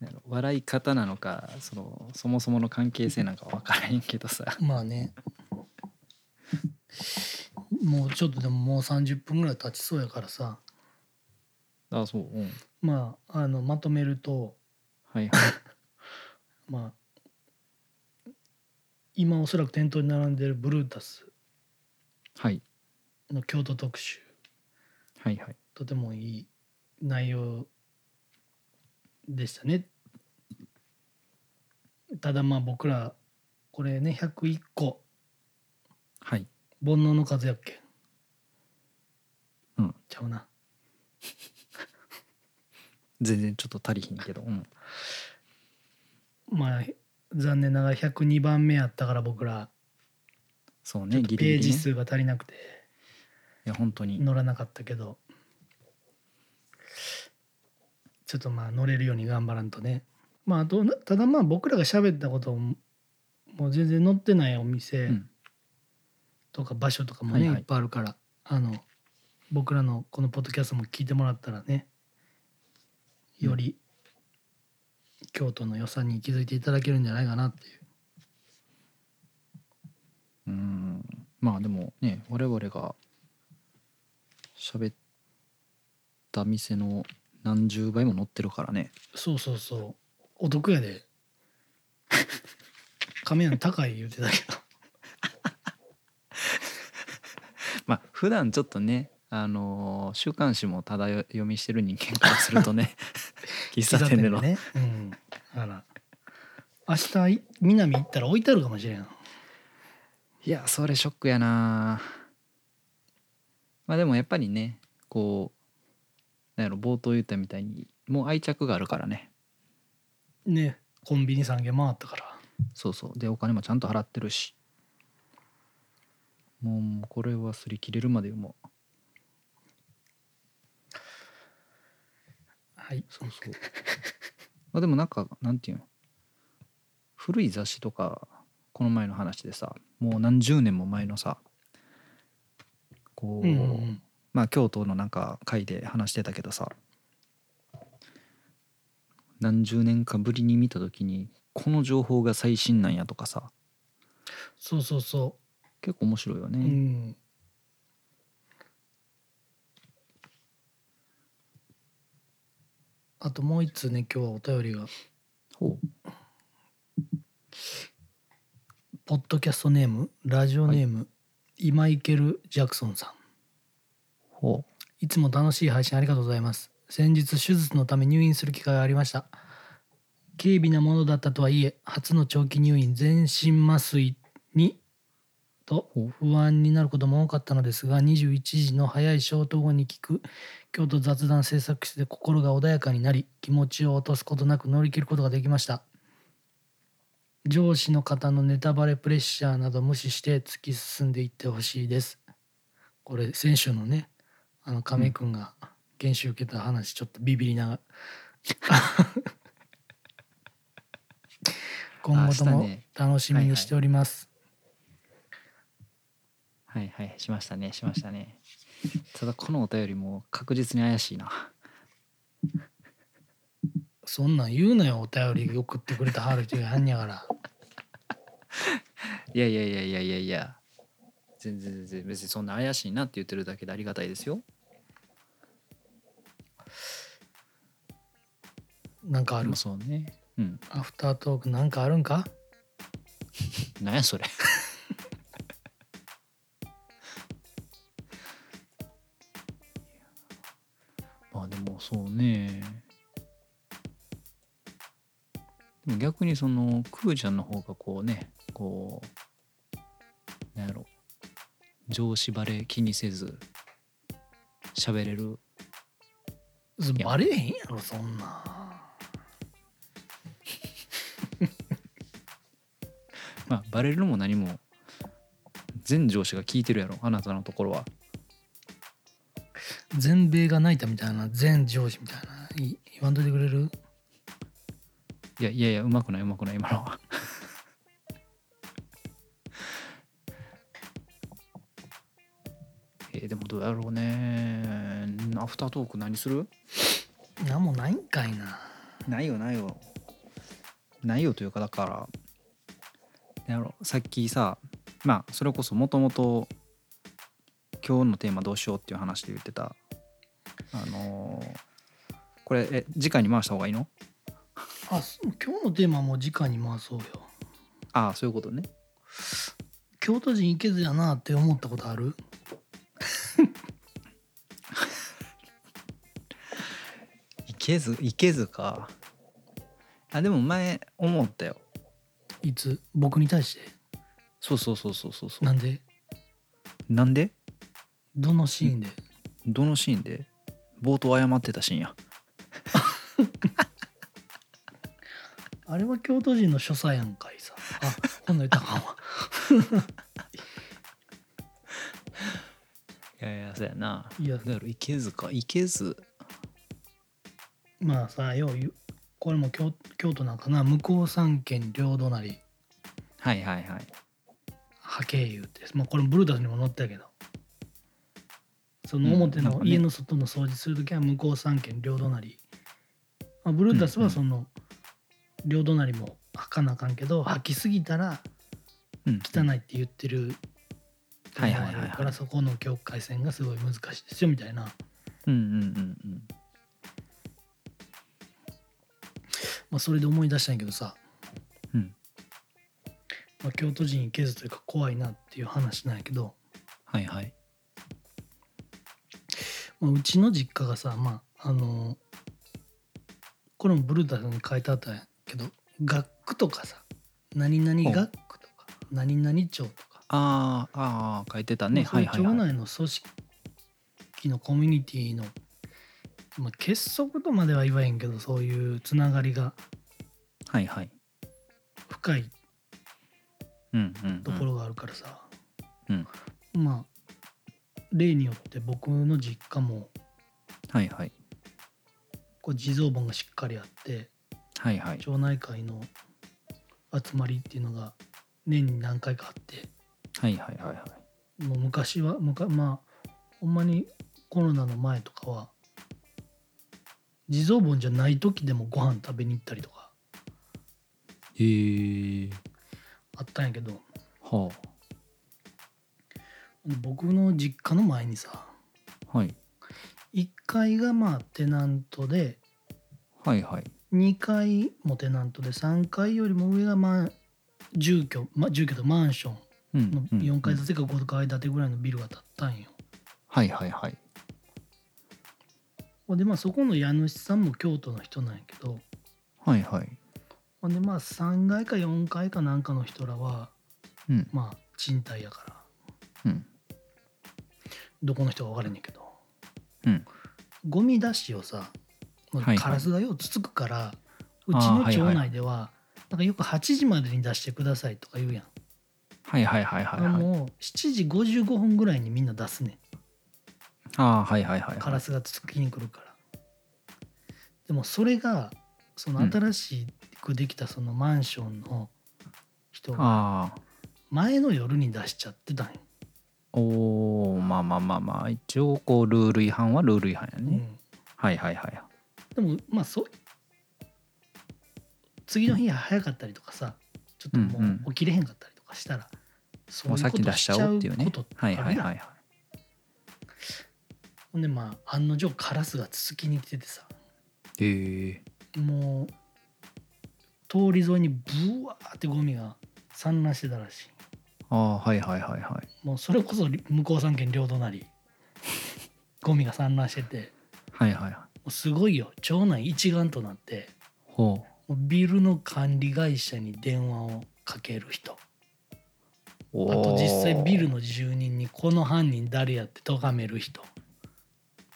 Speaker 1: なんやろ笑い方なのかそのそもそもの関係性なんか分からへんけどさ
Speaker 2: まあねもうちょっとでももう30分ぐらい経ちそうやからさ
Speaker 1: あそううん
Speaker 2: まああのまとめると
Speaker 1: はいはい
Speaker 2: まあ今おそらく店頭に並んでるブルータス
Speaker 1: はい
Speaker 2: の京都特集
Speaker 1: はいはい
Speaker 2: とてもいい内容でしたねただまあ僕らこれね101個
Speaker 1: はい
Speaker 2: 煩悩の数やっけ
Speaker 1: うん
Speaker 2: ちゃうな
Speaker 1: 全然ちょっと足りひんけどうん
Speaker 2: まあ残念ながら102番目やったから僕ら
Speaker 1: そう
Speaker 2: ち
Speaker 1: ね
Speaker 2: ょっと
Speaker 1: ギ
Speaker 2: ペ
Speaker 1: リギ
Speaker 2: ー
Speaker 1: リ、
Speaker 2: ジ
Speaker 1: ね、い
Speaker 2: 数が足りなくて
Speaker 1: や本当に
Speaker 2: 乗らなかったけどちょっとまあ乗れるように頑張らんとねまああとただまあ僕らが喋ったことももう全然乗ってないお
Speaker 1: う
Speaker 2: 店
Speaker 1: ん
Speaker 2: とか場所とかも
Speaker 1: は
Speaker 2: ね、
Speaker 1: い
Speaker 2: い
Speaker 1: はい
Speaker 2: っぱいあるからあの僕らのこのポッドキャストも聞いてもらったらねより京都の良さに気づいていただけるんじゃないかなっていう
Speaker 1: うんまあでもね我々が喋った店の何十倍も載ってるからね
Speaker 2: そうそうそうお得やで [LAUGHS] 亀屋の高い言うてたけど
Speaker 1: まあ普段ちょっとねあのー週刊誌もただ読みしてる人間からすると [LAUGHS] ね喫茶店での
Speaker 2: ね、うん、だから明日い南行ったら置いてあるかもしれん
Speaker 1: いやそれショックやなまあでもやっぱりねこうなんやろ冒頭言ったみたいにもう愛着があるからね
Speaker 2: ねコンビニ3軒回ったから
Speaker 1: そうそうでお金もちゃんと払ってるしもうもうこれは擦り切れるまでもう
Speaker 2: はい
Speaker 1: そうそうまあでもなんかなんていうの古い雑誌とかこの前の話でさもう何十年も前のさこう、
Speaker 2: うんうんうん
Speaker 1: まあ京都のなんか会で話してたけどさ何十年かぶりに見た時にこの情報が最新なんやとかさ
Speaker 2: そうそうそ
Speaker 1: 結構面白いよ
Speaker 2: う、う
Speaker 1: ね、
Speaker 2: ん、あともう一通ね今日はお便りが
Speaker 1: ほう
Speaker 2: ポッドキャストネームラジオネーム、今イケル・ジャクソンさん
Speaker 1: ほう
Speaker 2: いつも楽しい配信ありがとうございます。先日手術のため入院する機会がありました。軽微なものだったとはいえ、初の長期入院、全身麻酔にと
Speaker 1: ほう
Speaker 2: 不安になることも多かったのですが、21時の早い消灯後に聞く京都雑談制作室で心が穏やかになり、気持ちを落とすことなく乗り切ることができました。上司の方のネタバレプレッシャーなど無視して突き進んでいってほしいです。これ先週のねあの亀井君が研修受けた話ちょっとビビりながら今後と
Speaker 1: あした
Speaker 2: も
Speaker 1: ね
Speaker 2: 楽しみにしております、
Speaker 1: はいはいしましたねしましたねただこのお便りも確実に怪しいな
Speaker 2: そんなん言うなよお便り送ってくれた春人がはんやから
Speaker 1: いやいやいやいやいやいや全然全然別にそんな怪しいなって言ってるだけでありがたいですよ
Speaker 2: なんかあ
Speaker 1: あ
Speaker 2: る
Speaker 1: そうねうん
Speaker 2: アフタートークなんかあるんか
Speaker 1: なんやそれ [LAUGHS] まあでもそうねでも逆にそのクーちゃんの方がこうねこうなんやろ上司バレ気にせず喋れるや
Speaker 2: バレへんやろそんな
Speaker 1: まあバレるも何も全上司が聞いてるやろあなたのところは
Speaker 2: 全米が泣いたみたいな全上司みたいない言わんといてくれる
Speaker 1: いやいやいやうまくないうまくない今のは [LAUGHS] えーでもどうやろうねアフタートーク何する
Speaker 2: なんもないんかいな
Speaker 1: ないよないよないよというかだからなんやろさっきさまあそれこそもともと今日のテーマどうしようっていう話で言ってたあのーこれえ次回に回した方がいいの
Speaker 2: あそう今日のテーマはもう時間に回そうよ
Speaker 1: ああそういうことね
Speaker 2: 京都人いけずやなって思ったことある
Speaker 1: いけずいけずかあでも前思ったよ
Speaker 2: いつ僕に対して
Speaker 1: そうそうそうそうそうそう
Speaker 2: なんで
Speaker 1: なんで
Speaker 2: どのシーンで
Speaker 1: どのシーンで冒頭謝ってたシーンや
Speaker 2: あれは京都人の所作やんかいさあこんなん言ったらあかんわ
Speaker 1: いやいやそうやない
Speaker 2: や
Speaker 1: だからいけずかいけず
Speaker 2: まあさよう言うこれも京京都なんかな向こう三県両隣
Speaker 1: はいはいはい
Speaker 2: 波形言うて、まあ、これもブルータスにも載ったけどその表
Speaker 1: うんなん
Speaker 2: の
Speaker 1: かね
Speaker 2: 家の外の掃除するときは向こう三軒両隣、まあ、ブルータスはその両隣も吐かなあかんけど吐きすぎたら
Speaker 1: うん
Speaker 2: 汚いって言ってる
Speaker 1: はいはいはいはい
Speaker 2: だからそこの境界線がすごい難しいですよみたいな、
Speaker 1: うんうんうんうん
Speaker 2: まあ、それで思い出したんやけどさ、
Speaker 1: うん
Speaker 2: まあ、京都人行けずというか怖いなっていう話なんやけど、
Speaker 1: はいはい
Speaker 2: まあ、うちの実家がさまああのこれもブルータさんに書いてあったんやけど学区とかさ何々学区とか何々町とか、
Speaker 1: あーあー書いてたね
Speaker 2: まあそ
Speaker 1: は
Speaker 2: う
Speaker 1: いうはい
Speaker 2: 町
Speaker 1: はい
Speaker 2: 内の組織のコミュニティの、まあ、結束とまでは言わへんけどそういうつながりが
Speaker 1: はいはい
Speaker 2: 深い
Speaker 1: うんうんうん
Speaker 2: ところがあるからさ、
Speaker 1: うん
Speaker 2: まあ例によって僕の実家も
Speaker 1: はいはい
Speaker 2: こう地蔵盆がしっかりあって
Speaker 1: はいはい
Speaker 2: 町内会の集まりっていうのが年に何回かあって
Speaker 1: はいはいはいはい
Speaker 2: もう昔はむかまあほんまにコロナの前とかは地蔵盆じゃない時でもご飯食べに行ったりとか
Speaker 1: へえ
Speaker 2: あったんやけど
Speaker 1: は
Speaker 2: 僕の実家の前にさ
Speaker 1: あ、はい、
Speaker 2: 1階がまあテナントで
Speaker 1: はいはい
Speaker 2: 2階もテナントで3階よりも上がまあ住居、まあ、住居とマンショ
Speaker 1: う
Speaker 2: ンの
Speaker 1: んうん
Speaker 2: 4階建
Speaker 1: て
Speaker 2: てか5階建てぐらいのビルが建ったんよ。
Speaker 1: はいはいはい
Speaker 2: ほんでまあそこの家主さんも京都の人なんやけど
Speaker 1: はいはい
Speaker 2: ほんでまあ3階か4階かなんかの人らは
Speaker 1: うん
Speaker 2: まあ賃貸やから
Speaker 1: うん
Speaker 2: どこの人か分からんねんけど、
Speaker 1: うん
Speaker 2: ゴミ出しをさもう
Speaker 1: はいはい
Speaker 2: カラスがようつつくから、
Speaker 1: あー
Speaker 2: うちの
Speaker 1: は
Speaker 2: 町
Speaker 1: いは
Speaker 2: 内では、なんかよく8時までに出してくださいとか言うやん、
Speaker 1: はいはいはいはいはい
Speaker 2: もう7時55分ぐらいにみんな出すね
Speaker 1: ああはいはいはい
Speaker 2: んカラスがつつきに来るからでもそれがその
Speaker 1: うん
Speaker 2: 新しくできたそのマンションの人が
Speaker 1: ああ
Speaker 2: 前の夜に出しちゃってたんよ、
Speaker 1: おおまあまあまあまあ一応こうルール違反はルール違反や
Speaker 2: う
Speaker 1: ね、
Speaker 2: ん
Speaker 1: はいはいはい
Speaker 2: でもまあそう次の日早かったりとかさちょっと
Speaker 1: うんう
Speaker 2: も
Speaker 1: ん
Speaker 2: う起きれへんかったりとかしたら、そう
Speaker 1: もう
Speaker 2: いう
Speaker 1: さっ
Speaker 2: こ
Speaker 1: き
Speaker 2: と
Speaker 1: 出
Speaker 2: し
Speaker 1: し
Speaker 2: ち
Speaker 1: ち
Speaker 2: ゃ
Speaker 1: ゃお
Speaker 2: うっ
Speaker 1: うってて
Speaker 2: い
Speaker 1: いうう
Speaker 2: ね
Speaker 1: ね
Speaker 2: は
Speaker 1: はいい
Speaker 2: は
Speaker 1: はいい
Speaker 2: は
Speaker 1: はいい
Speaker 2: ほんでまあ案の定カラスがつつきに来ててさ
Speaker 1: へえ
Speaker 2: もう通り沿いにブワーってゴミが散乱してたらしい
Speaker 1: ああはいはいはいはい
Speaker 2: もうそれこそ向こう三県両隣ゴミが散乱してて
Speaker 1: はいはいはい
Speaker 2: もうすごいよ町内一丸となって
Speaker 1: ほ
Speaker 2: もうビルの管理会社に電話をかける人
Speaker 1: うお
Speaker 2: あと実際ビル
Speaker 1: の
Speaker 2: の住人にこの犯人誰やって咎める人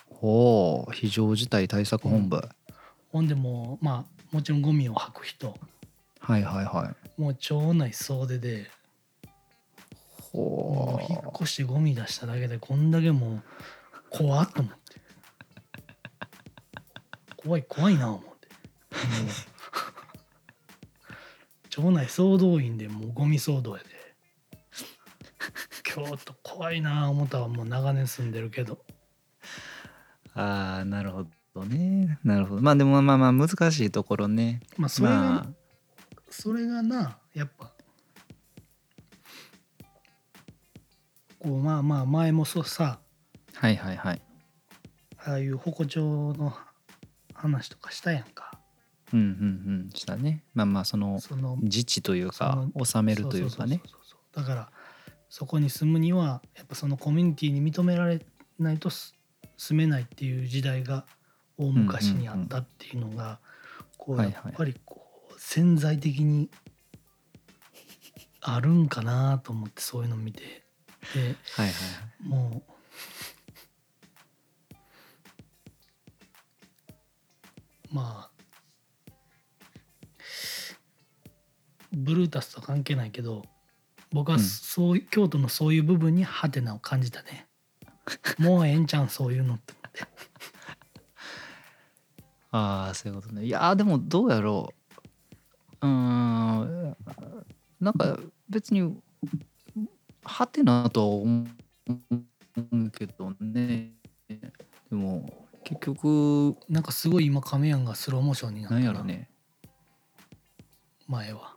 Speaker 1: ほう非常事態対策本部、
Speaker 2: ほんでもうまあもちろんゴミを吐く人
Speaker 1: はいはいはい
Speaker 2: もう町内総出でも
Speaker 1: ほ
Speaker 2: う
Speaker 1: う
Speaker 2: 引っ越してゴミ出しただけでこんだけもう怖っと思って怖い怖いな思ってもう町内総動員でもうゴミ騒動やで京都怖いな思ったわもう長年住んでるけど
Speaker 1: ああなるほどねなるほどまあでもまあまあ難しいところね
Speaker 2: まあそれが、
Speaker 1: まあ
Speaker 2: それがなやっぱこうまあまあ前もそうさ
Speaker 1: はいはいはい
Speaker 2: ああいう鉾町の話とかしたやんか
Speaker 1: うんうんうんしたねまあまあその
Speaker 2: その
Speaker 1: 自治というか収めるというかね
Speaker 2: そうそうそうそうだからそこに住むにはやっぱそのコミュニティに認められないとす住めないっていう時代が大昔にあったっていうのが、こう
Speaker 1: は
Speaker 2: や
Speaker 1: い
Speaker 2: っ
Speaker 1: はい
Speaker 2: ぱりこう潜在的にあるんかなと思ってそういうの見てで
Speaker 1: はいはいはい
Speaker 2: もう [LAUGHS] まあブルータスとは関係ないけど僕は
Speaker 1: うん
Speaker 2: そう、いう京都のそういう部分にハテナを感じ
Speaker 1: [LAUGHS]
Speaker 2: たねもうええんちゃうんそういうのって思って
Speaker 1: ああそういうことねいやーでもどうやろううーんなんか別にはてなとは思うけどねでも結局
Speaker 2: なんかすごい今亀やんがスローモーションになった
Speaker 1: なん
Speaker 2: な
Speaker 1: やろね
Speaker 2: 前は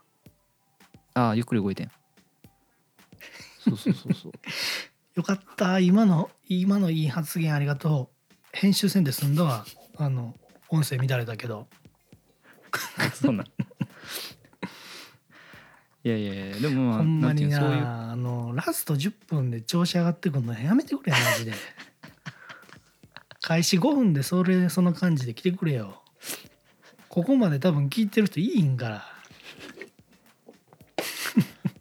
Speaker 1: ああゆっくり動いてんそうそうそうそう
Speaker 2: よかった今の今のいい発言ありがとう編集せんで済んだわあの音声乱れたけど
Speaker 1: [LAUGHS] そんなんいやいやいやでもまあ
Speaker 2: ほんまに
Speaker 1: な
Speaker 2: な、
Speaker 1: んていうの
Speaker 2: あの、ラスト10分で調子上がってくるのやめてくれよ、マジで。
Speaker 1: [LAUGHS]
Speaker 2: 開始5分でそれ、その感じで来てくれよ。ここまで多分聞いてる人いいんから。
Speaker 1: そういうま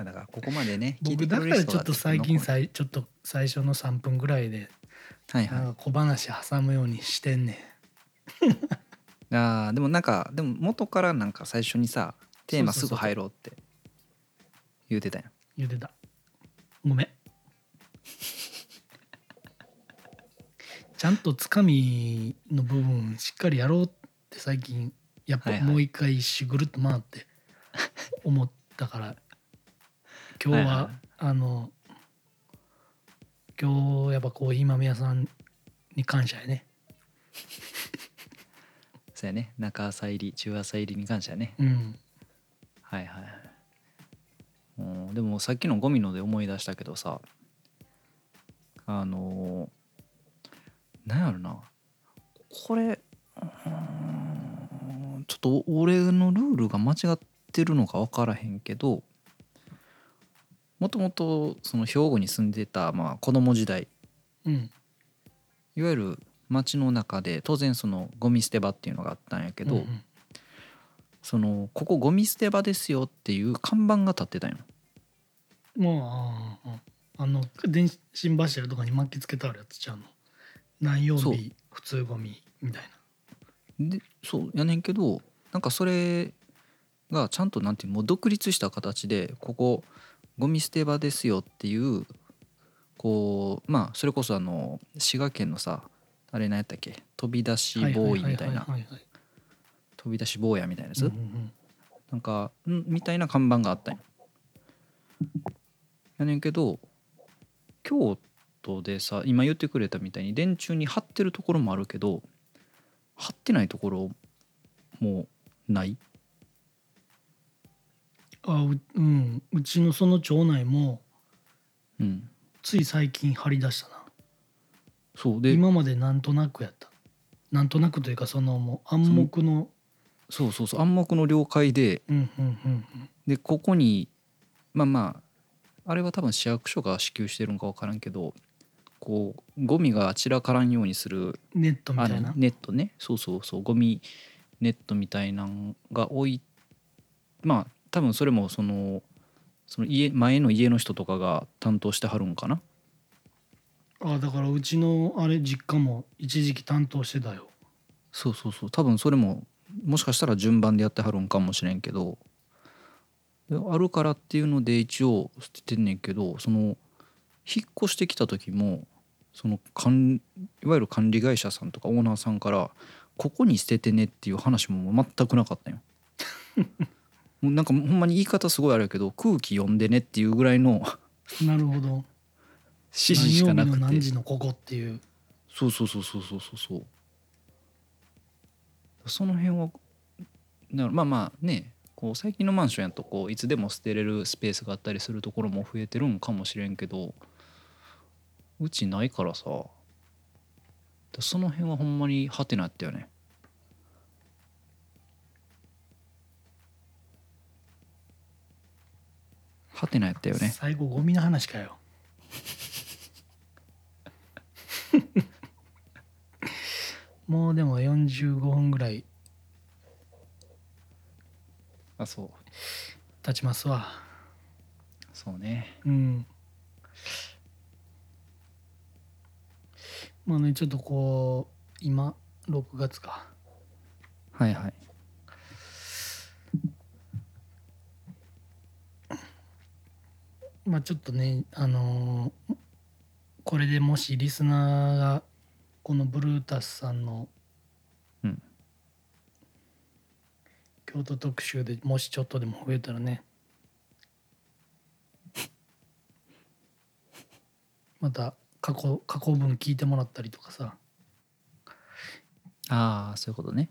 Speaker 1: あだからここまでね聞いて
Speaker 2: 僕
Speaker 1: く
Speaker 2: だ
Speaker 1: れ
Speaker 2: か
Speaker 1: る
Speaker 2: ら
Speaker 1: 人
Speaker 2: ちょ
Speaker 1: が
Speaker 2: っと最近
Speaker 1: 残る
Speaker 2: さいちょっと最初の3分ぐらいで
Speaker 1: はいはい
Speaker 2: なんか小話挟むようにしてんねん。
Speaker 1: あーでもなんかでも元からなんか最初にさテーマすぐ入ろうって言うてたやん
Speaker 2: 言ってた。ごめん。 [LAUGHS] ちゃんとつかみの部分しっかりやろうって最近やっぱ
Speaker 1: はいはい
Speaker 2: もう一回一周ぐるっと回って思ったから今日は、
Speaker 1: はいはい
Speaker 2: あの今日やっぱコーヒー豆屋さんに感謝やね
Speaker 1: そうやね中朝入り中朝入りに関してはね
Speaker 2: うん
Speaker 1: はいはいはいでもさっきのゴミので思い出したけどさあのーなんやろなこれうーんちょっと俺のルールが間違ってるのか分からへんけどもともとその兵庫に住んでた、まあ、子供時代
Speaker 2: うん
Speaker 1: いわゆる町の中で当然そのゴミ捨て場っていうのがあったんやけど、
Speaker 2: うん
Speaker 1: そのここゴミ捨て場ですよっていう看板が立ってたんよ。
Speaker 2: うんもうあああの電信柱とかに巻きつけてあるやつちゃうの何曜
Speaker 1: そう
Speaker 2: 日普通ゴミみたい
Speaker 1: でそうやねんけどなんかそれがちゃんとなんていうのもう独立した形でここゴミ捨て場ですよっていうこうまあそれこそあの滋賀県のさあれ何やったっけ飛び出し
Speaker 2: な
Speaker 1: ボーイみたいな
Speaker 2: はははいはい
Speaker 1: 飛び出し坊やみたいなやつ、
Speaker 2: うんうん
Speaker 1: なんかんみたいな看板があったんよやねんけど京都でさ今言ってくれたみたいに電柱に貼ってるところもあるけど貼ってないところもない
Speaker 2: うんあううんうちのその町内も
Speaker 1: うん
Speaker 2: つい最近張り出したな
Speaker 1: そうで
Speaker 2: 今までなんとなくやったなんとなくというかそのもう暗黙の
Speaker 1: そうそうそう暗黙の了解で
Speaker 2: うんうんうんうん
Speaker 1: でここにまあまああれは多分市役所が支給してるんか分からんけどこうゴミが散らからんようにする
Speaker 2: ネットみ
Speaker 1: あ
Speaker 2: たい
Speaker 1: の
Speaker 2: な
Speaker 1: ネットねそうそうそうゴミネットみたいなんが多いまあ多分それもそのその家前の家の人とかが担当してはるんかな
Speaker 2: あだからうちのあれ実家も一時期担当してたよ
Speaker 1: そうそうそう多分それももしかしたら順番でやってはるんかもしれんけどであるからっていうので一応捨ててんねんけどその引っ越してきた時もその管いわゆる管理会社さんとかオーナーさんから「ここに捨ててね」っていう話も全くなかった
Speaker 2: [LAUGHS]
Speaker 1: んよ。もうなんかほんまに言い方すごいあるけど空気読んでねっていうぐらいの [LAUGHS]
Speaker 2: なるほど
Speaker 1: 指示しかなく
Speaker 2: 何曜日の
Speaker 1: て
Speaker 2: 何時のここっていう
Speaker 1: そうそうそうそうそうそうそうその辺はなまあまあねこう最近のマンションやとこういつでも捨てれるスペースがあったりするところも増えてるんかもしれんけどうちないからさだその辺はほんまにハテナやったよねハテナやったよね
Speaker 2: 最後ゴミの話
Speaker 1: [LAUGHS]
Speaker 2: かよもうでも45分ぐらい
Speaker 1: あそう
Speaker 2: 経ちますわ
Speaker 1: そうね
Speaker 2: うんまあねちょっとこう今6月か
Speaker 1: はいはい
Speaker 2: まあちょっとねあのーこれでもしリスナーがこのブルータスさんの、
Speaker 1: うん
Speaker 2: 京都特集でもしちょっとでも増えたらね [LAUGHS] また過去過去分聞いてもらったりとかさ
Speaker 1: ああそういうことね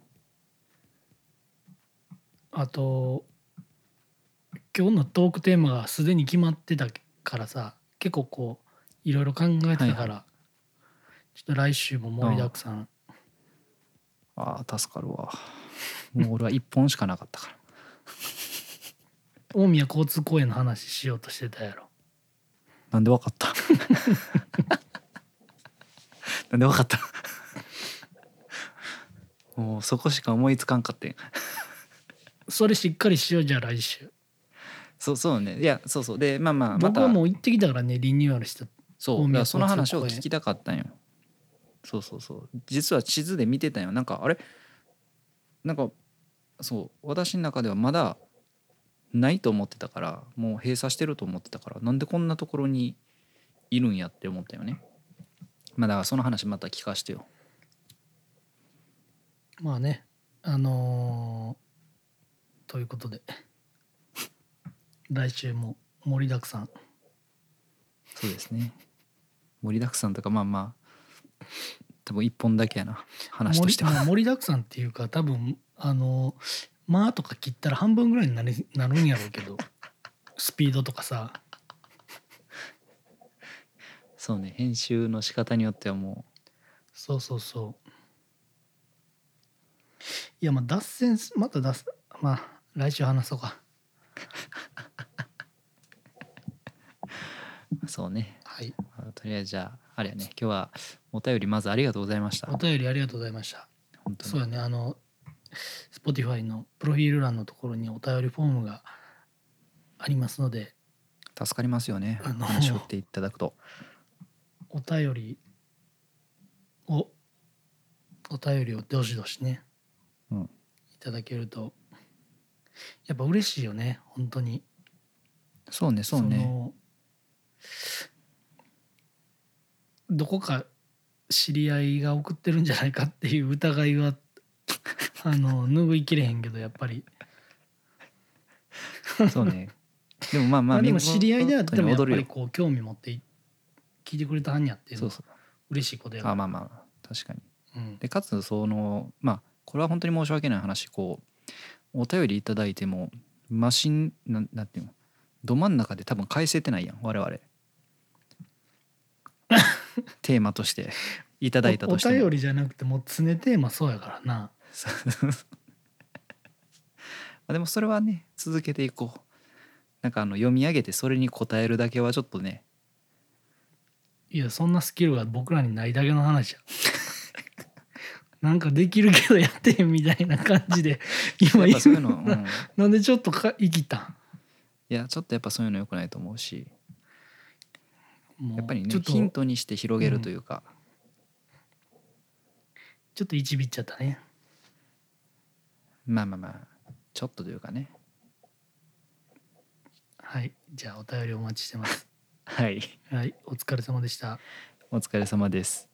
Speaker 2: あと今日のトークテーマがすでに決まってたからさ結構こういろいろ考えてたから、
Speaker 1: はい
Speaker 2: ちょっと来週も盛りだくさん
Speaker 1: ああ助かるわもう俺は1本しかなかったから
Speaker 2: 大宮交通公園の話しようとしてたやろ
Speaker 1: なんでわかった [LAUGHS] なんでわかったもうそこしか思いつかんかってん
Speaker 2: それしっかりしようじゃあ来週
Speaker 1: そうそうねいやそうそうでまあまあま
Speaker 2: 僕
Speaker 1: た
Speaker 2: はもう行ってきたからねリニューアルした
Speaker 1: そう
Speaker 2: 大
Speaker 1: だ
Speaker 2: 宮
Speaker 1: からその
Speaker 2: 交通
Speaker 1: 話
Speaker 2: 公園
Speaker 1: を聞きたかったんよそうそうそう実は地図で見てたんよなんかあれなんかそう私の中ではまだないと思ってたからもう閉鎖してると思ってたからなんでこんなところにいるんやって思ったよねまあだからその話また聞かしてよ
Speaker 2: まあねあのーというこ
Speaker 1: [LAUGHS]
Speaker 2: とで来週も盛りだくさん
Speaker 1: そうですね盛りだくさんとかまあまあ多分一本だけやな話としては
Speaker 2: 盛り盛りだくさんっていうか多分あの「まあ」とか切ったら半分ぐらいになりなるんやろうけどスピードとかさ
Speaker 1: [LAUGHS] そうね編集の仕方によってはも
Speaker 2: そうそうそういやまあ脱線すまた脱線まあ来週話そうか
Speaker 1: うそうね
Speaker 2: はい
Speaker 1: まあとりあえずじゃああれやね今日はお便りまずありがとうございました
Speaker 2: お便りありがとうございました
Speaker 1: 本当
Speaker 2: そう
Speaker 1: に
Speaker 2: やねあの Spotify のプロフィール欄のところにお便りフォームがありますので
Speaker 1: 助かりますよね
Speaker 2: あの
Speaker 1: 話をっていただくと
Speaker 2: お便りをお便りをどしどしね、
Speaker 1: うん
Speaker 2: いただけるとやっぱ嬉しいよね本当に
Speaker 1: そうねそうね
Speaker 2: のどこか知り合いが送ってるんじゃないかっていう疑いは [LAUGHS] あの拭いきれへんけどやっぱり
Speaker 1: そうねでもまあま
Speaker 2: [LAUGHS] ま
Speaker 1: あ
Speaker 2: あでも
Speaker 1: 見事
Speaker 2: 知り合いであってもやっぱ
Speaker 1: に踊
Speaker 2: り
Speaker 1: るよ
Speaker 2: こう興味持って聞いてくれたはんやっていう
Speaker 1: そ
Speaker 2: の
Speaker 1: う
Speaker 2: は
Speaker 1: そう
Speaker 2: 嬉しいことや
Speaker 1: あ
Speaker 2: わ
Speaker 1: まあまあ確かに
Speaker 2: うん
Speaker 1: でかつそのまあこれは本当に申し訳ない話こうお便りいただいてもマシンなんなんていうのど真ん中で多分返せてないやん我
Speaker 2: [LAUGHS]
Speaker 1: 々テーマとしていただいた
Speaker 2: お
Speaker 1: と
Speaker 2: お
Speaker 1: しても
Speaker 2: 便りじゃなくてもう常テーマそうやからな
Speaker 1: そうあでもそれはね続けていこうなんかあの読み上げてそれに答えるだけはちょっとね
Speaker 2: いやそんなスキルが僕らにないだけの話や [LAUGHS] なんかできるけどやってへんみたいな感じで今
Speaker 1: [LAUGHS] やっぱ
Speaker 2: 言う
Speaker 1: そういうの、
Speaker 2: [LAUGHS]
Speaker 1: うん、い
Speaker 2: なんでちょっとか生きたん
Speaker 1: やちょっとやっぱそういうの良くないと思うし
Speaker 2: もう
Speaker 1: やっぱり
Speaker 2: ち
Speaker 1: ね
Speaker 2: ょっと
Speaker 1: ヒントにして広げるというか、
Speaker 2: ちょっといちびっちゃったね
Speaker 1: まあまあまあちょっとというかね
Speaker 2: はいじゃあお便りお待ちしてます
Speaker 1: はい
Speaker 2: はいお疲れ様でした
Speaker 1: お疲れ様です